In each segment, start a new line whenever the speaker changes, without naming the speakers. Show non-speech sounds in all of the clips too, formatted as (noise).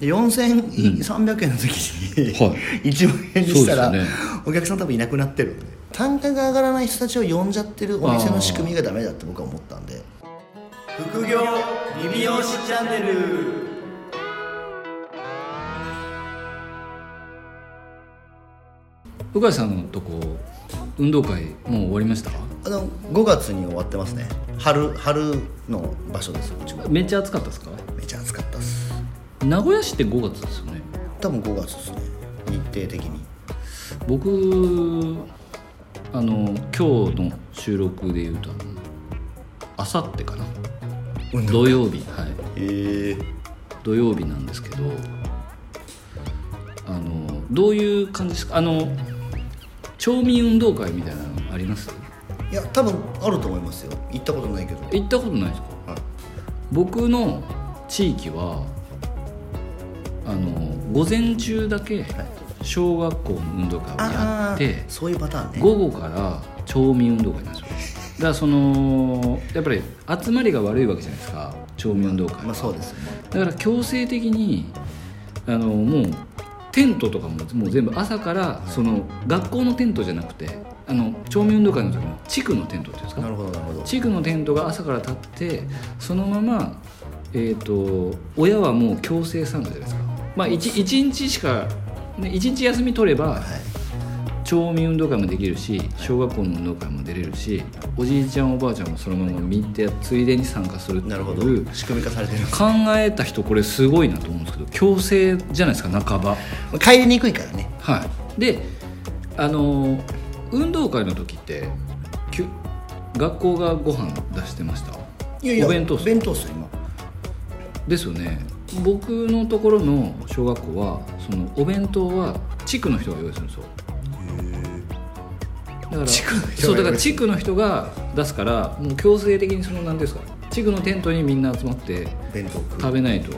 で4300円の時に、
は
(laughs) 1万円にしたら、
そうですよね
お客さん多分いなくなってるんで単価が上がらない人たちを呼んじゃってるお店の仕組みがダメだって僕は思ったんで副業リビオシチャンネル
鵜飼さんのとこ運動会もう終わりました
あの5月に終わってますね春春の場所ですうちは
めっちゃ暑かったですか
めちゃ暑かったっす
名古屋市って5月ですよね
多分5月ですね日程的に
僕あの今日の収録で言うとあさってかな土曜日はい
ええ
土曜日なんですけどあのどういう感じですかあの町民運動会みたいなのあります
いや多分あると思いますよ行ったことないけど
行ったことないですか
はい
僕の地域はあの午前中だけ小学校の運動会をや
あ
っ
ー
て、
そういうパターンね
午後から町民運動会なんですよだからそのやっぱり集まりが悪いわけじゃないですか町民運動会
まあそうですよね
だから強制的にあのもうテントとかももう全部朝からその学校のテントじゃなくてあの町民運動会の時の地区のテントっていうんですか
なるほどなるほど
地区のテントが朝から立ってそのまま、えー、と親はもう強制参加じゃないですか、まあ、一一日しか、ね、一日休み取れば町民運動会もできるし小学校の運動会も出れるしおじいちゃんおばあちゃんもそのまま見てついでに参加するって
なるほ
いう
ど仕組み化されてる
考えた人これすごいなと思うんですけど強制じゃないですか半ば。
帰りにくいからね
はい、であの運動会の時ってきゅ学校がご飯出してました
いやいや
お弁当っす
弁当っすよ今
ですよね僕のところの小学校はそのお弁当は地区の人が用意するんですよ
地区の人が
だから
用意する
そうだから地区の人が出すからもう強制的にその何ですか地区のテントにみんな集まって
弁当食う
食べないとい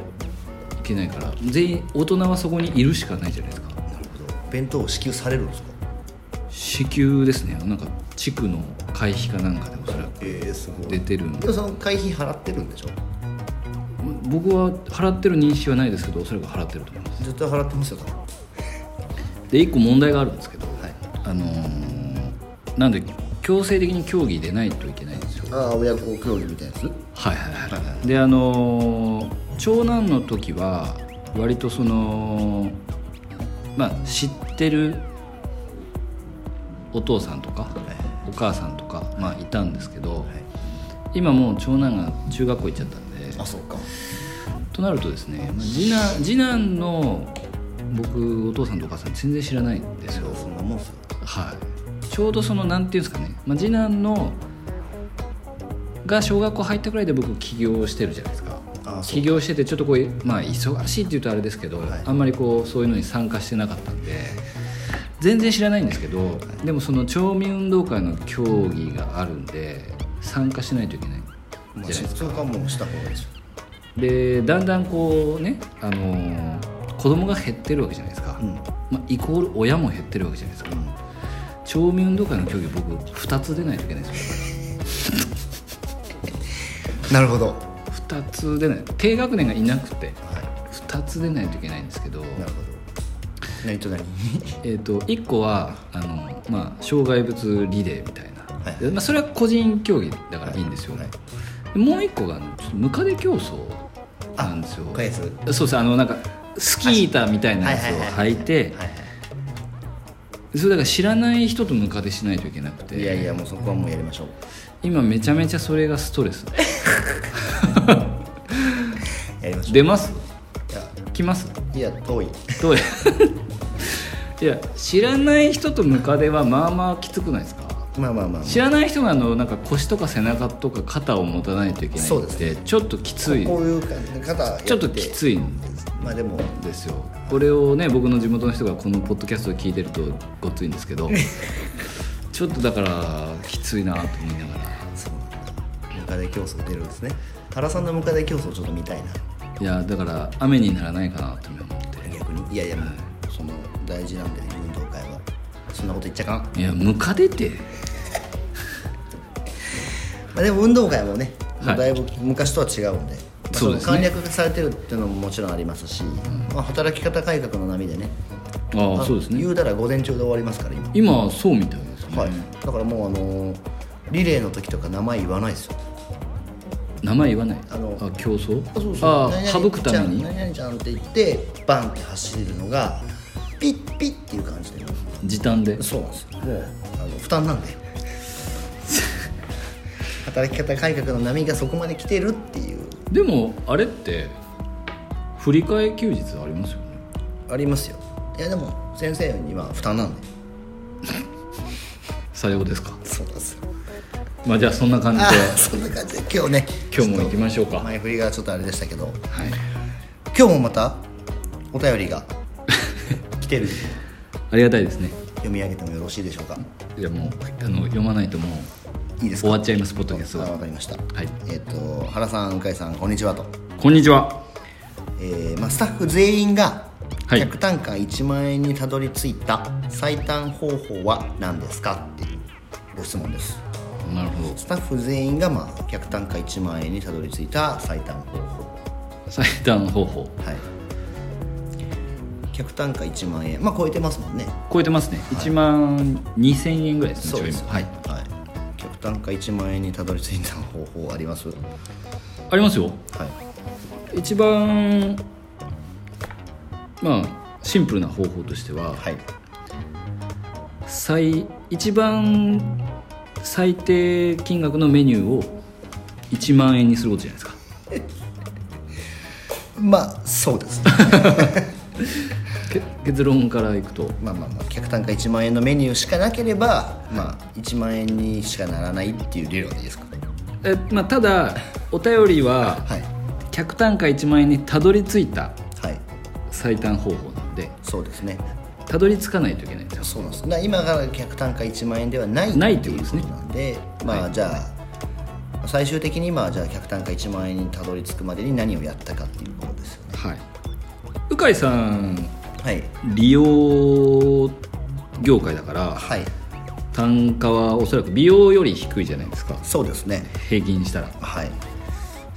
けないから全員大人はそこにいるしかないじゃないですか
なるほど弁当を支給されるんですか
支給ですねなんか地区の会費かなんかでおそらく
ええすご
出てるん
で
で
もその会費払ってるんでしょ
僕は払ってる認識はないですけどおそらく払ってると思います
絶対払ってますよ多分
で一個問題があるんですけど、
はい
あのーなんで強制的に競技出ないといけないんですよ
ああ親子協議みたいなやつ
はいはいはい、
はいは
であのー長男の時は割とそのまあ知ってるお父さんとか、お母さんとかまあいたんですけど、今もう長男が中学校行っちゃったんで
あそうか
となるとですね、まあ次男次男の僕お父さんとお母さん全然知らないんですよ
そんなもんっすよ
はい、ちょうどそのなんていうんですかね、まあ、次男のが小学校入ったくらいで僕起業してるじゃないですか
あそう
起業しててちょっとこう、まあ、忙しいっていうとあれですけど、
はい
あんまりこうそういうのに参加してなかったんで全然知らないんですけどでもその町民運動会の競技があるんで参加しないといけないじゃない
まあ
ですか
それかもうした方がいいでしょ
でだんだんこうね、あのー子供が減ってるわけじゃないですか、
うん
まあ、イコール親も減ってるわけじゃないですか、町民運動会の競技僕2つ出ないといけないんですよ
なるほど
2つ出ない低学年がいなくて
は
2つ出ないといけないんですけど
いなるほど何と (laughs) 何
えー、と1個はあの、まあ、障害物リレーみたいな、
はい
でまあ、それは個人競技だからいいんですよ、
はい
でもう1個があのちょっとムカデ競争なんですよ
こういうやつはい
そうですあのなんかスキー板みたいなやつを履いて
はい
それだから知らない人とムカデしないといけなくて
いやいやもうそこはもうやりましょう
今めちゃめちゃそれがストレス
やりましょう
出ます
いや
来ます
いや遠い
どう (laughs) やいや知らない人とムカデはまあまあきつくないですか
まあまあまあ、まあ、
知らない人があのなんか腰とか背中とか肩を持たないといけない
そう
っ
です
てちょっときつい
こういう感じの方やて
ちょっときついん
まあでも
ですよこれをね僕の地元の人がこのポッドキャストを聞いてるとごついんです
(laughs)
けどちょっとだからきついなと思いながら
そうなんだムカデ競争出るんですね原さんのムカデ競争ちょっと見たいない
やだから雨にならないかなと思って
逆にいやいやもうその大事なんで運動会はそんなこと言っちゃかん、ま
いやムカデって
あ、でも運動会もね、
はい
だいぶ昔とは違うんでまあ
そうですね
簡略化されてるっていうのももちろんありますし、まあ、働き方改革の波でね
あ
ま
あ
あ
そうですね
言うたら午前中で終わりますから今、
今はそうみたいですね、
はい、だからもうあのーリレーの時とか名前言わないですよ
名前言わないあ
あの
競争
あそうそう
あ
何
あ
々
省くために
ちゃん何々ちゃんって言ってバンって走るのがピッピッっていう感じで
時短で
そうなんですよもうあの負担なんで (laughs) 働き方改革の波がそこまで来てるっていう
でもあれって振り替え休日ありますよね
ありますよいやでも先生には負担なんで
さようですか
そうなんですよ
まあじゃあそんな感じで
あーそんな感じで今日ね
今日も行きましょうかはい
前振りがちょっとあれでしたけど今日もまたお便り (laughs) が来てる
ありがたいですね
読み上げてもよろしいでしょうか
じゃあもうあの読まないとも
いいです
終わ
か
っちゃいますポッドキャスト
あ
が
わかりました
はい
えっ、と原さん向井さんこんにちはと、
こんにちは
えーまあ、スタッフ全員が
はい
客単価1万円にたどり着いた最短方法は何ですかっていうご質問です
なるほど
スタッフ全員が、まあ、客単価1万円にたどり着いた最短方法
最短方法
はい客単価1万円まあ超えてますもんね
超えてますね1万2000円ぐらいですねちょい今
は
はいい、
はい、客単価1万円にたどり着いた方法ありますはい
ありますよ一番まあシンプルな方法としては、
はい
最一番最低金額のメニューを1万円にすることじゃないですか
まあそうです、
け結論からいくと
まあまあまあ客単価1万円のメニューしかなければまあ1万円にしかならないっていう理論でいいですか
え、まあ、ただお便りは
はい
客単価1万円にたどり着いた
はい
最短方法なので
そうですね
たどり着かないといけないんですよ
そうなんですだから今から客単価1万円ではない
ないってことですね
なんでまあじゃあ最終的にまあじゃあ客単価1万円にたどり着くまでに何をやったかっていうことですよね
はいうかいさん
はい
利用業界だから
はい
単価はおそらく美容より低いじゃないですか
そうですね
平均したら
はい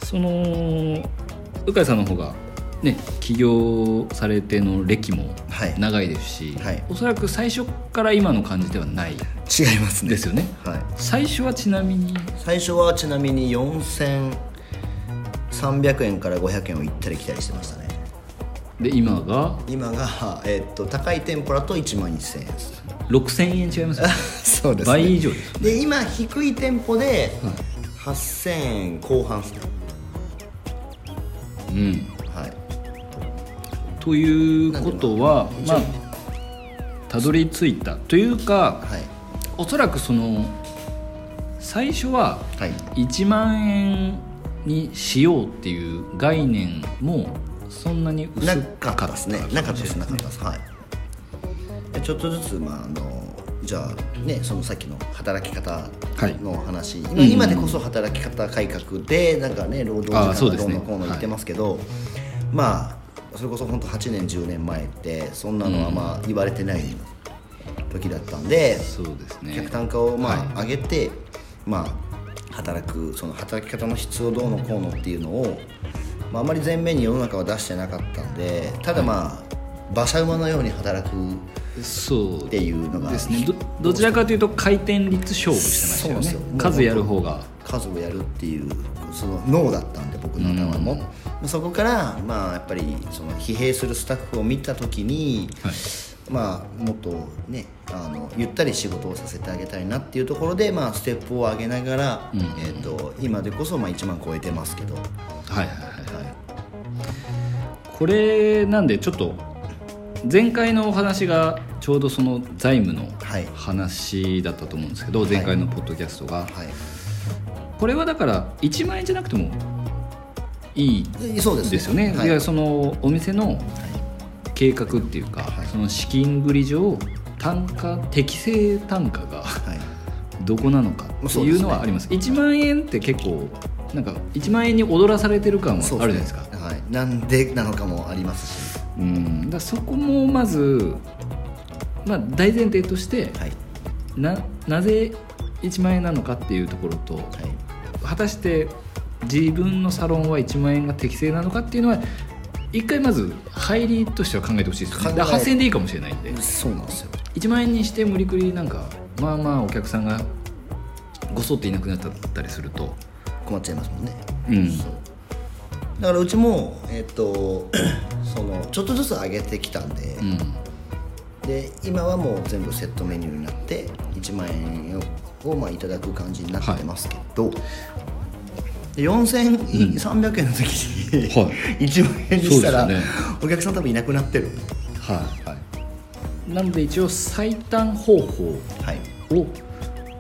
その鵜飼さんの方がね起業されての歴も
はい
長いですし、
はい
おそらく最初から今の感じではない
違いますね
ですよね
はい
最初はちなみに
最初はちなみに4300円から500円を行ったり来たりしてましたね
で今が
今が、えっと高い店舗だと1万1000円です
6000円違いますよね
(laughs) そうで
倍以上です
で今低い店舗で8000円後半ですね
うん
はい
ということはまあたどり着いたというか
はい
おそらくその最初は
はい
1万円にしようっていう概念もそんなに薄
なか
かっ
ったたですねなかったですなかったですはいでちょっとずつまああのじゃあねそのさっきの働き方の話、今今でこそ働き方改革でなんかね労働
あー
時
そう
間が
で
ど
す
う
ね
のこうの言ってますけどまあそれこそ本当8年10年前ってそんなのはまあ言われてない時だったんで、
そうですね
客単価をまあ上げて、まあ働くその働き方の質をどうのこうのっていうのを、まあ、あまり前面に世の中は出してなかったんでただまあ馬車馬のように働く
そう
っていうのが
ですねどどちらかというと回転率勝負し
そ
てましたよね
うなんですよ
数やる方が
数をやるっていうその脳だったんで僕の頭も、そこからまあやっぱりその疲弊するスタッフを見た時に、
はい
まあ、もっとねあのゆったり仕事をさせてあげたいなっていうところで、まあ、ステップを上げながら、
うん
えー、と今でこそまあ1万超えてますけど、は
はいはいはいはいこれなんでちょっと前回のお話がちょうどその財務の
はい
話だったと思うんですけど、
い
前回のポッドキャストが、
い
これはだから1万円じゃなくてもいい
で、そうですね
ですよね、
はい
い
は
や
い
そのお店の計画っていうか、
はい
その資金繰り上単価適正単価が (laughs)
はい
どこなのかっていうのはあります1万円って結構なんか1万円に踊らされてる感はあるじ
そう
ゃない
ね
ですか
はい、なんでなのかもありますし、
うんだからそこもまず、まあ、大前提として
はい
ななぜ1万円なのかっていうところと
はい
果たして自分のサロンは1万円が適正なのかっていうのは一回まず入りとしては考えてほしいですよね
考え
だから8000円でいいかもしれないんで
そうなんですよ
1万円にして無理くりなんかまあまあお客さんがごそっていなくなったりすると
困っちゃいますもんね
うん
だからうちもえっと (clears throat) そのちょっとずつ上げてきたんで、
うん
で今はもう全部セットメニューになって1万円ををまあいただく感じになってますけど、で4300円の時に、
は
(laughs) 1万円にしたら、
そうですよね
お客さん多分いなくなってる
はい、はい、なので一応最短方法
はい
を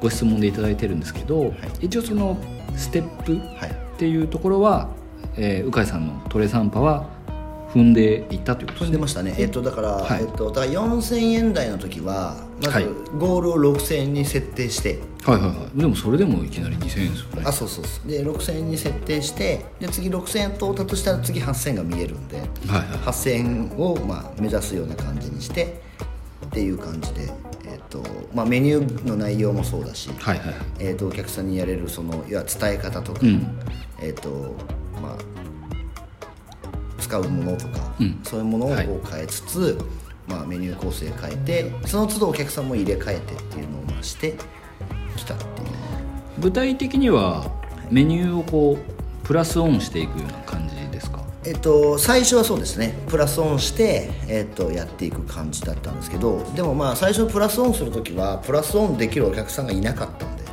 ご質問でいただいてるんですけど、一応そのステップ
はい
っていうところは、えー、鵜飼さんのトレサンパは踏んでいったということ
飛んでましたねえっとだから、
はい
えっとだから4000円台の時はま
はい
ずゴールを6000円に設定して、
はいはいはいでもそれでもいきなり2000円ですよね
あそうそうそうで6000円に設定してで次6000円到達したら次8000円が見えるんで
はいはい
8000円をまあ目指すような感じにしてっていう感じで、えっとまあ、メニューの内容もそうだし、
はいはい
えっとお客さんにやれるその要は伝え方とか、
うん
えっとまあ、使うものとか、
うん
そういうものをこ
はいう
変えつつ、まあ、メニュー構成変えてその都度お客さんも入れ替えてっていうのをまあしてきたっていう。
具体的にはメニューをこうプラスオンしていくような感じですか
えっと、最初はそうですねプラスオンして、えっと、やっていく感じだったんですけどでもまあ最初プラスオンする時はプラスオンできるお客さんがいなかったんで、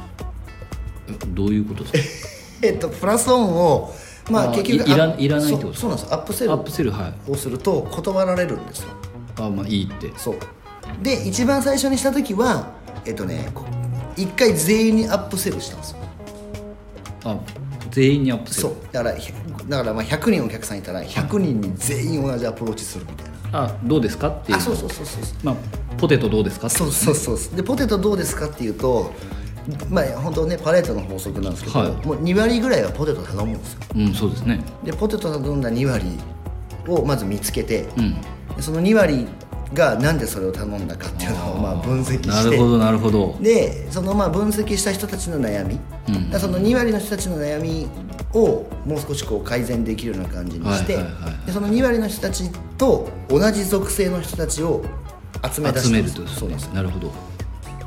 えどういうことです
えっと、プラスオンをまあ
あー
結局
いいら
あ
いらないってこと
そうそうなんですアップセ
か
ル
アップセルはい
をすると断られるんですよ
あまあいいって
そうで一番最初にした時はえっとねこ一回全員にアップセルしたんですよ
あ全員にアップセル
そうだからひだからまあ100人お客さんいたら100人に全員同じアプローチするみたいな
あどうですかっていう
あそうそうそうそうそう
まあポテトどうですかって
そうそうそうでポテトどうですかっていうとまあ本当ねパレートの法則なんですけど、
はい
もう2割ぐらいはポテト頼むんですよ
うんそうですね
でポテト頼んだ2割をまず見つけて、
うん
でその2割がなんでそれを頼んだかっていうのをまあ分析
な
し
る
て
ほどなるほど
でそのまあ分析した人たちの悩み、
うん
だからその2割の人たちの悩みをもう少しこう改善できるような感じにして、
はいはいはいはい
でその2割の人たちと同じ属性の人たちを集め出
集
して
め
ま
る
す
というこ
そ
と
うなん
で
です
すねなるほど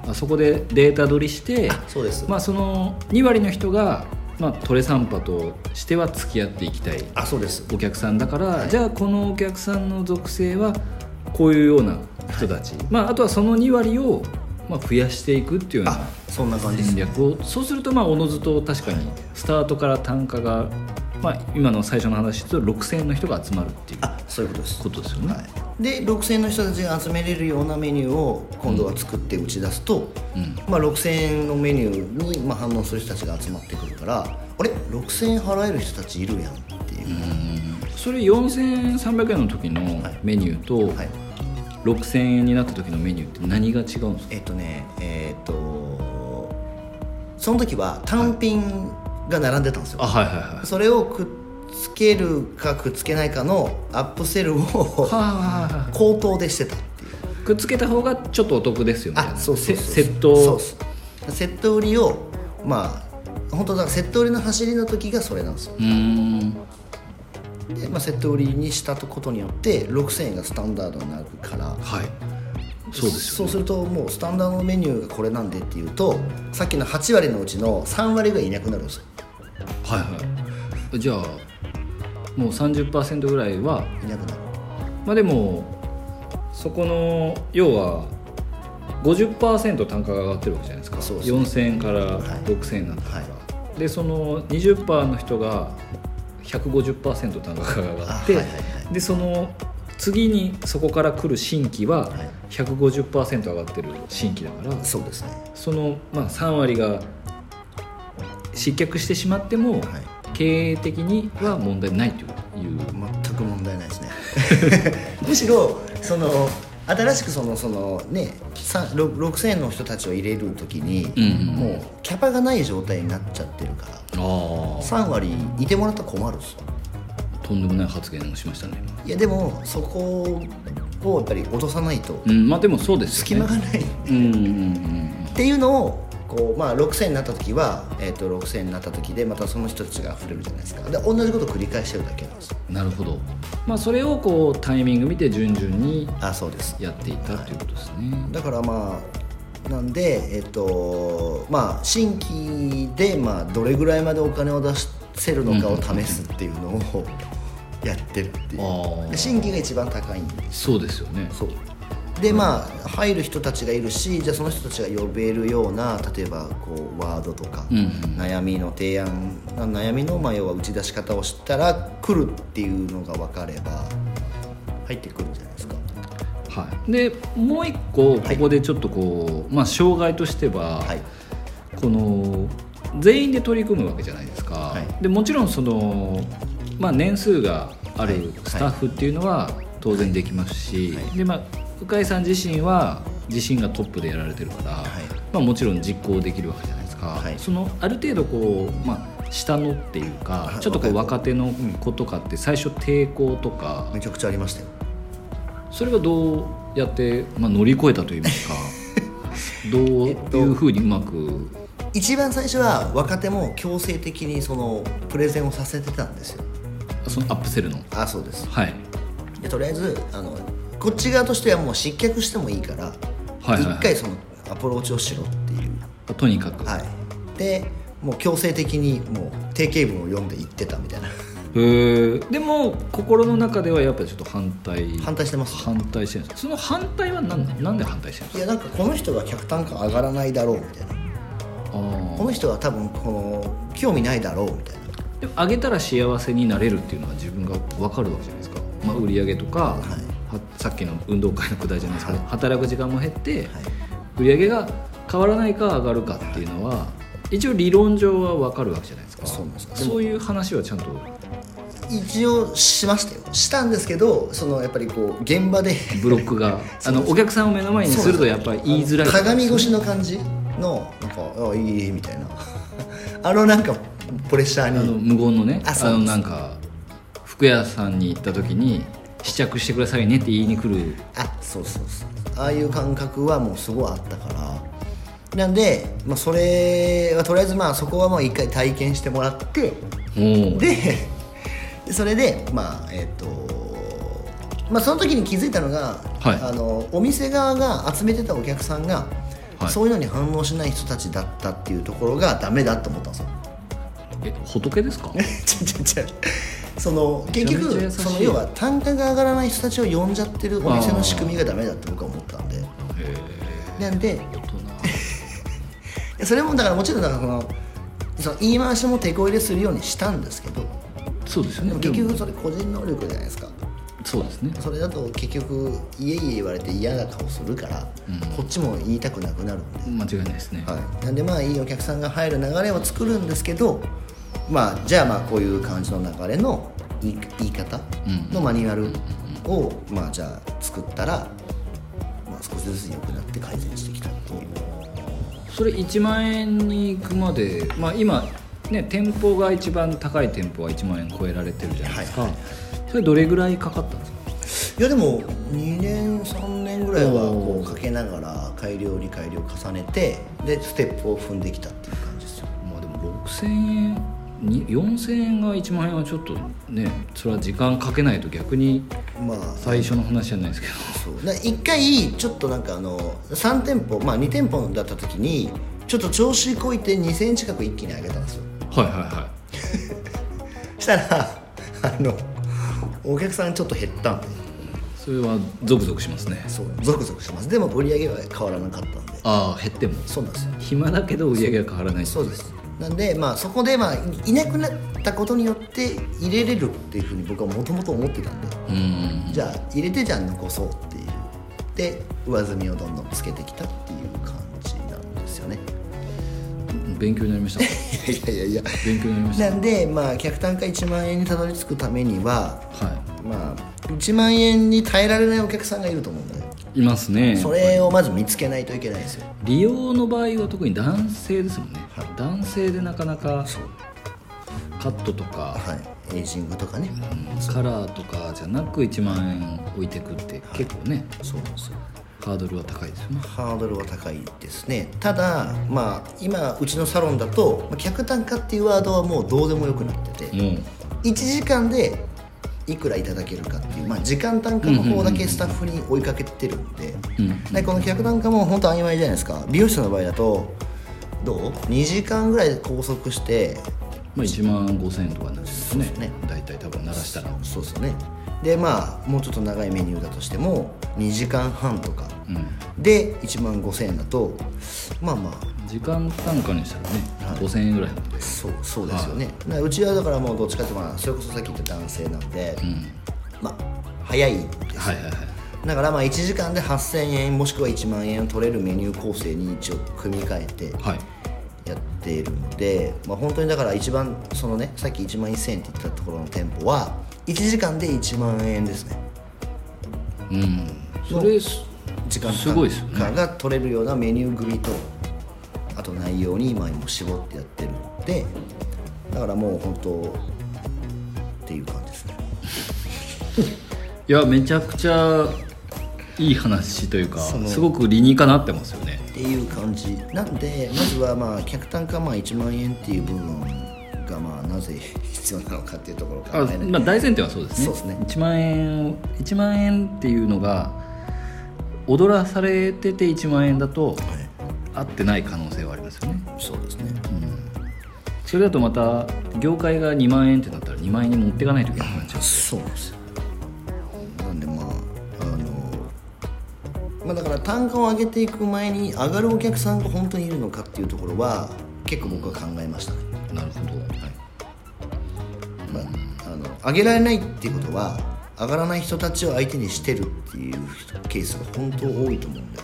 あそこでデータ取りして
あそうです
まあ、その2割の人が、まあ、トレサンパとしては付き合っていきたい
あそうです
お客さんだから、じゃあこのお客さんの属性はこういうような人たち、まあ、あとはその2割を、まあ、増やしていくっていうよう
あ
な
そんな感じです
戦略をそうするとまあおのずと確かにスタートから単価が、まあ、今の最初の話ですと6000円の人が集まるっていう
あそういうことです
ことですよね。
で6000の人たちが集めれるようなメニューを今度は作って打ち出すと、
うん
まあ、6000円のメニューにまあ反応する人たちが集まってくるからあれ6000円払える人たちいるやんっていう、
それ4300円の時のメニューと、
はい
6000円になった時のメニューって何が違うんですか
えっとねえっとその時は単品が並んでたんですよ、
あはいはいはい
それをくっつけるかくっつけないかのアップセルを
はあはあは
口頭でしてたっていう
あくっつけた方がちょっとお得ですよね
あそうそうそう
せセット
そうそうセット売りをまあ本当だからセット売りの走りの時がそれなんですよ
うーん
で、まあ、セット売りにしたことによって6000円がスタンダードになるから
はいそうです
そうするともうスタンダードのメニューがこれなんでっていうとさっきの8割のうちの3割がいなくなるんですよ
はいはいじゃあもう30%ぐらいはい
なくなる
まあでもそこの要は50%単価が上がってるわけじゃないですか
そうですね
4000円から
はい
6000円になったから、
は
でその20%の人が150%単価が上がって、
あはいはいはい
でその次にそこから来る新規は
はい
150%上がってる新規だから
そうですね
その、まあ、3割が失脚してしまっても、
はい
経営的には問題ないという、
全く問題ないですね (laughs) むしろその新しくそのそのねさろ6000円の人たちを入れる時に、
うんうん
もうキャパがない状態になっちゃってるから
あ
3割いてもらったら困るんですよ
あとんでもない発言をしましたね今
いやでもそこをやっぱり落とさないと
うんまあでもそうです
隙
よ
間
ね
がないっ
うんうんうんうん
ていうのをこうまあ、6000になった時は、えー、と6000になった時でまたその人たちが溢れるじゃないですかで同じことを繰り返してるだけなんですよ
なるほど、まあ、それをこうタイミング見て順々に
あそうです
やっていったということですね、
だからまあなんでえっとまあ新規でまあどれぐらいまでお金を出せるのかを試すっていうのを (laughs) やってるってい
あ
う
ー
で新規が一番高いんで
そうですよね
そうでまあ入る人たちがいるしじゃあその人たちが呼べるような例えばこうワードとか、
うんうん
悩みの提案悩みのまあ要は打ち出し方を知ったら来るっていうのが分かれば入ってくるんじゃないですか
はい、でもう一個ここでちょっとこう、まあ、障害としては、
はい
この全員で取り組むわけじゃないですか、
はい
でもちろんその、まあ、年数があるスタッフっていうのは当然できますし、
はい
でまあ鵜飼さん自身は自身がトップでやられてるから、
い
まあ、もちろん実行できるわけじゃないですか、
はい
そのある程度こう、まあ、下のっていうか、
はい
ちょっとこう
若
若手の子とかって最初抵抗とか、
めちゃくちゃありましたよ
それはどうやって、まあ、乗り越えた
(laughs)
といいますかどういうふうにうまく、
一番最初は若手も強制的にそのプレゼンをさせてたんですよ
そのアップセルの
あそうです
はい
でとりあえずあのこっち側としてはもう失脚してもいいから、
はいはい
一回そのアプローチをしろっていう
とにかく、
はい、でもう強制的にもう定型文を読んでいってたみたいな
へーでも心の中ではやっぱりちょっと反対
反対してます
反対してるんですその反対は何なのなんで反対してるんで
いや
す
なんかこの人が客単価上がらないだろうみたいな
かあ
この人は多分この興味ないだろうみたいな
あでも上げたら幸せになれるっていうのは自分が分かるわけじゃないですか、まあ、売り上げとか、はさっきの運動会のくだりじゃないですか、
はい
働く時間も減って、
はい
売り上げが変わらないか上がるかっていうのは一応理論上は分かるわけじゃないですか
そうなんですか
そういう話はちゃんと
一応しましたよしたんですけどそのやっぱりこう現場で
ブロックがあのお客さんを目の前にするとやっぱり言いづらい
鏡越しの感じのなんか「あいい」みたいな (laughs) あのなんかプレッシャー
あの
に
無言のね
あ
あ
そう
の
です
なんか服屋さんに行った時に試着してくださいねって言いに来る
あそうそうそうああいう感覚はもうすごいあったからなんで、まあ、それはとりあえずまあそこはもう一回体験してもらって
もう
でそれでまあえっ、とまあその時に気づいたのが、
はい
あのお店側が集めてたお客さんが、
はい
そういうのに反応しない人たちだったっていうところがダメだと思ったんですよ
え仏ですか
ちゃちゃちゃその
めちゃ
結
めちゃ優
局
しい
その要は単価が上がらない人たちを呼んじゃってるお店の仕組みがダメだって僕は思ったんで
へ
なんで
え大人
それもだからもちろんだからそのその言い回しも手こ入れするようにしたんですけど
そうですよ
で
ね
も結
で
局
も
それ個人能力じゃないですか
そうですね
それだと結局いえいえ言われて嫌な顔するから、こっちも言いたくなくなるんで、
間違いないですね、
はい、なんでまあいいお客さんが入る流れを作るんですけどまあじゃあまあこういう感じの流れの言い言い方のマニュアルをまあじゃあ作ったら、まあ、少しずつ良くなって改善してきたっていう
それ1万円に行くまで、まあ、今、ね、店舗が一番高い店舗は1万円超えられてるじゃないですか、
はい
それどれぐらいかかったんですか
いやでも2年3年ぐらいはこうかけながら改良に改良を重ねてでステップを踏んできたっていう感じですよ
まあでも6000円に4000円が1万円はちょっとねそれは時間かけないと逆に
まあ
最初の話じゃないですけど
そうだ1回ちょっとなんかあの3店舗まあ2店舗だった時にちょっと調子こいて2000円近く一気に上げたんですよ
はいはいは
したら (laughs) あのお客さんちょっと減ったんで
いそれはゾクゾクしますね
そうゾクゾクしてますでも売り上げは変わらなかったんで
ああ減っても
そうなんですよ
暇だけど売り上げが変わらない
そうですなんでまあそこでまあいいなくなったことによって入れれるっていうふうに僕はもともと思ってたんで
ううん
じゃあ入れてじゃあ残そうっていうで上積みをどんどんつけてきたっていう感じなんですよね
勉強になりました (laughs)
いやいやいや
勉強になりました
なんで、まあ、客単価1万円にたどり着くためには、
は
まあ、1万円に耐えられないお客さんがいると思うんだよ
いいますね
それをまず見つけないといけないですよ
利用の場合は特に男性ですもんね、男性でなかなかカットとか、
はいエイジングとかね
うんカラーとかじゃなく1万円置いてくって結構ね、
そうなんですよ
ハードルは高いですよね
ハードルは高いですねただまあ今うちのサロンだとまあ客単価っていうワードはもうどうでもよくなってて、
もう
1時間でいくらいただけるかっていう、まあ、時間単価の方だけスタッフに追いかけてるんで,、
うん
でこの客単価も本当曖昧じゃないですか美容室の場合だとどう ?2 時間ぐらいで拘束して
まあ、1万5000円とかになっちゃうんです
そうです
ね
ね
大体多分鳴らしたら
そうですよねでまあもうちょっと長いメニューだとしても2時間半とか
うん
で1万5000円だとまあまあ
時間単価にしたらね、
はい
5000円ぐらいなんで
そうそうですよね、なうちはだからもうどっちかっていうとまあそれこそさっき言った男性なんで、
うん
まあ早いです
はいはいはい
だからまあ1時間で8000円もしくは1万円を取れるメニュー構成に一応組み替えて
はい
やっているので、まあ、本当にだから一番そのねさっき1万1000円って言ったところの店舗は1時間で1万円ですね
うんそれす
時間
すごいですよね
単価が取れるようなメニュー組とあと内容に今も絞ってやってるのでだからもう本当っていう感じですね
いやめちゃくちゃいい話というか
その
すごく理にかなってますよね
っていう感じなんでまずはまあ客単価まあ1万円っていう部分がまあなぜ必要なのかっていうところを考
あ
えない
まあ、大前提はそうですね
そうですね
1万円を1万円っていうのが踊らされてて1万円だと合ってない可能性はありますよね
そうですね、
それだとまた業界が2万円ってなったら2万円に持っていかないといけなくなっちゃ
そうなんですよなんでまああのまあだから単価を上げていく前に上がるお客さんが本当にいるのかっていうところは結構僕は考えましたね、
うなるほど、はい
まあ、あの上げられないっていうことは上がらない人たちを相手にしてるっていうケースが本当多いと思うんで、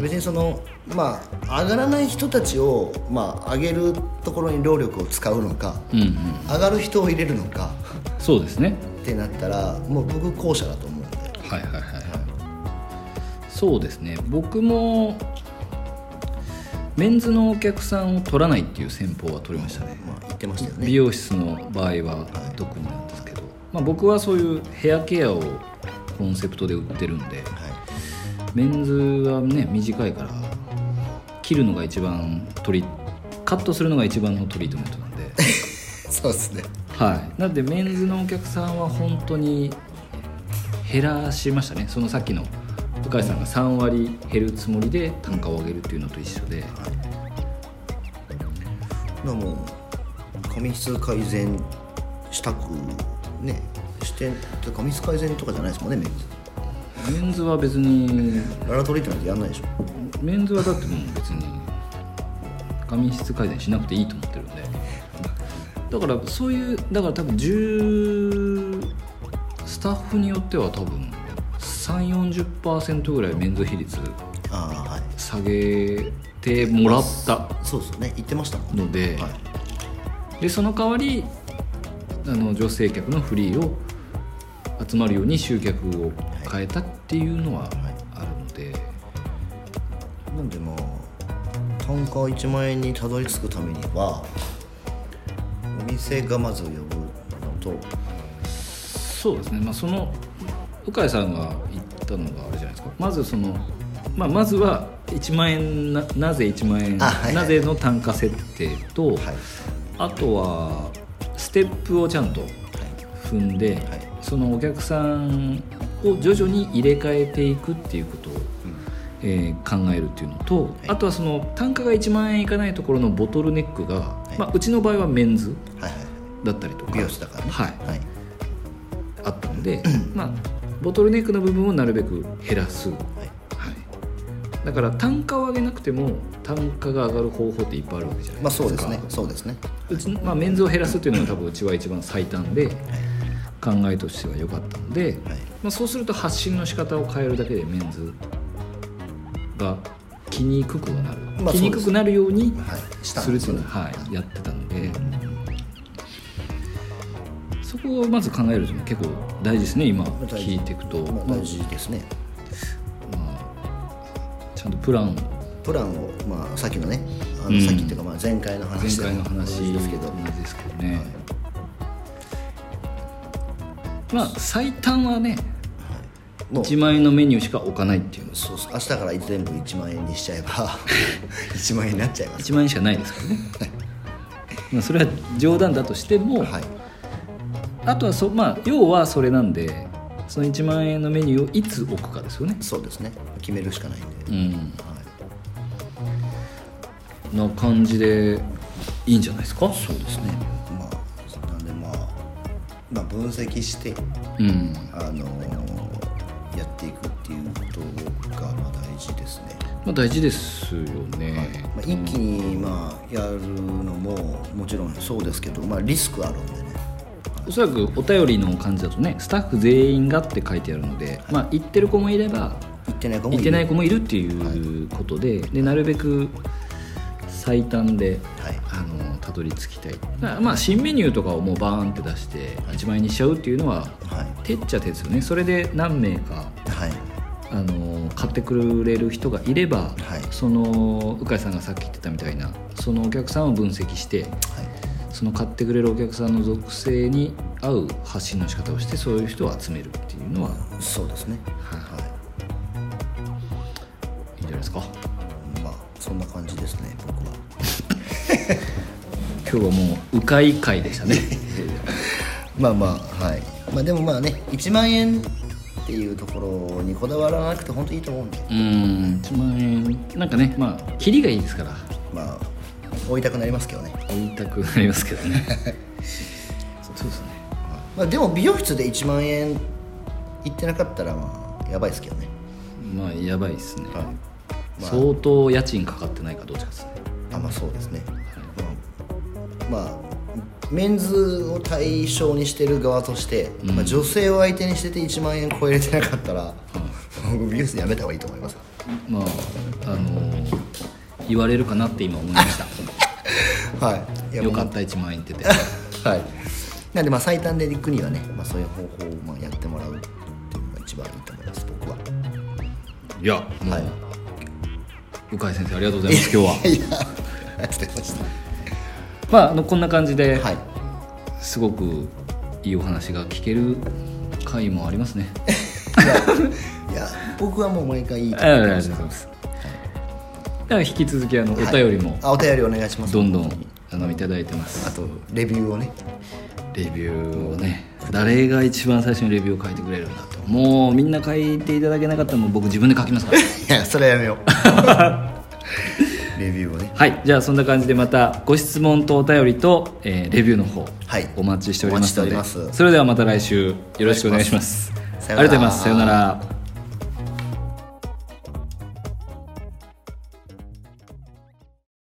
別にそのまあ上がらない人たちを、まあ、上げるところに労力を使うのか、
うんうん、
上がる人を入れるのか
そうですね
ってなったらもう僕後者だと思うんで
はいはいはいはいそうですね僕もメンズのお客さんを取らないっていう戦法は取りましたね
まあ言ってましたよ
美
ね
容室の場合は特になんですけど、まあ、僕はそういうヘアケアをコンセプトで売ってるんで
はい
メンズはね短いから切るのが一番トリカットするのが一番のトリートメントなん
(laughs)
で
そうですね
はいなのでメンズのお客さんは本当に減らしましたねそのさっきの向井さんが3割減るつもりで単価を上げるっていうのと一緒で
だからもう髪質改善したくねして髪質改善とかじゃないですもんねメンズ
メンズは別に
ララトリートメントやんないでしょ
メンズはだってもう別に髪質改善しなくていいと思ってるんでだからそういうだから多分10スタッフによっては多分340%ぐらいメンズ比率
ああはい
下げてもらった
そうですよね言ってましたもんね
ので、
はい
でその代わりあの女性客のフリーを集まるように集客を変えたっていうのはあるので、
なんでまあ単価1万円にたどり着くためにはお店がまず呼ぶのと
そうですね、まあ、その鵜飼さんが言ったのがあれじゃないですかまずその、まあ、まずは1万円ななぜ1万円、
あはいはい
なぜの単価設定と、
はい
あとはステップをちゃんと踏んで、
はい
そのお客さんを徐々に入れ替えていくっていうことを、えー考えるっていうのと、あとはその単価が1万円いかないところのボトルネックが、
い
まあ、うちの場合はメンズ
はいはい
だったりとか
美容師だからね
はい、
はい
あったので、まあ、ボトルネックの部分をなるべく減らす、はい、
はい
だから単価を上げなくても単価が上がる方法っていっぱいあるわけじゃない
ま
で
あ
す
そ
か、
うですねそうですね
うちの、まあ、メンズを減らすというのが多分うちは一番最短で考えとしては良かったので、
はい
まあ、そうすると発信の仕方を変えるだけでメンズが来にくくはなる、
まあ
来にくくなるように
はいした
するっていうのをはい、やってたので、そこをまず考えるというのは結構大事ですね今
大事
聞いていくと、
まあ
ま
大事ですね
あちゃんとプラン
プランをまあさっきのねあ
う
の
ん
さっきっていうかまあ前回の
前
話で
回の
も
話
同じ
で
です
す
け
け
ど
どね、まあ最短はね
もう
1万円のメニューしか置かないっていうの
そうそう明日から全部1万円にしちゃえば
(laughs)
1万円になっちゃいます
1万円しかないですからねまあそれは冗談だとしても、
はい
あとはそ、まあ、要はそれなんでその1万円のメニューをいつ置くかですよね
そうですね決めるしかないんで、
う
は
ん
い、
な感じでいいんじゃないですか
そうですねまあなんでまあ、まあ、分析して
うん
あのーやっていくっていうことがまあ大事ですね、
まあ大事ですよね、
まあ、一気にまあやるのももちろんそうですけど、まあ、リスクあるんでね
おそらくお便りの感じだとねスタッフ全員がって書いてあるので、まあ行ってる子もいれば
行ってない子も
行ってない
子
子もいるっていうことで,、でなるべく最短で
はい
あのたどり着きたいまあまあ新メニューとかをもうバーンって出して1万円にしちゃうっていうのは
はい
手っちゃ手ですよねそれで何名か
はい
あの買ってくれる人がいれば、
はい
その鵜飼さんがさっき言ってたみたいなそのお客さんを分析して
はい
その買ってくれるお客さんの属性に合う発信の仕方をしてそういう人を集めるっていうのは
そうですね
はい
はい
いんじゃないですか
まあそんな感じですね僕は
今日はもう鵜飼会でし
(laughs)
たね
まあまあはいまあでもまあね1万円っていうところにこだわらなくて本当いいと思うんで
うーん1万円なんかねまあキリがいいですから
まあ追いたくなりますけどね、
言いたくなりますけ
(laughs)
どねそうですね
まあ、でも美容室で1万円いってなかったらまあやばいですけどね
まあやばいですね、
はいまあ
相当家賃かかってないかどっちかですね
あまあそうですね、うん、まあメンズを対象にしてる側として、まあ、女性を相手にしてて1万円超えれてなかったら、僕美容室やめた方がいいと思います
まああのー言われるかなって今思いました
はいいや
よかった1万円ってて
はい、なんでまあ最短で行くにはね、まあ、そういう方法をまあやってもらうっていうのが一番いいと思います僕は。
いや
(laughs)
も
はい、
う鵜飼先生ありがとうございます今日
いや
は
ありがとうございました。
まああのこんな感じで、
はい、
すごくいいお話が聞ける回もありますね
いや僕はもう毎回いいと
ありがとうございますでは引き続きあのお便りも
あお便りお願いします。
どんどん、あのいただいてます
あとレビューをね。
レビューをね誰が一番最初にレビューを書いてくれるんだともうみんな書いていただけなかったらもう僕自分で書きますから
いやそれはやめよう。レビューをね。
はいじゃあそんな感じでまたご質問とお便りと、えーレビューの方、
はい
お待ちしておりますので
お待ちしております
それではまた来週よろしくお願いします
さよ
あ
なら
りがとうございますさようなら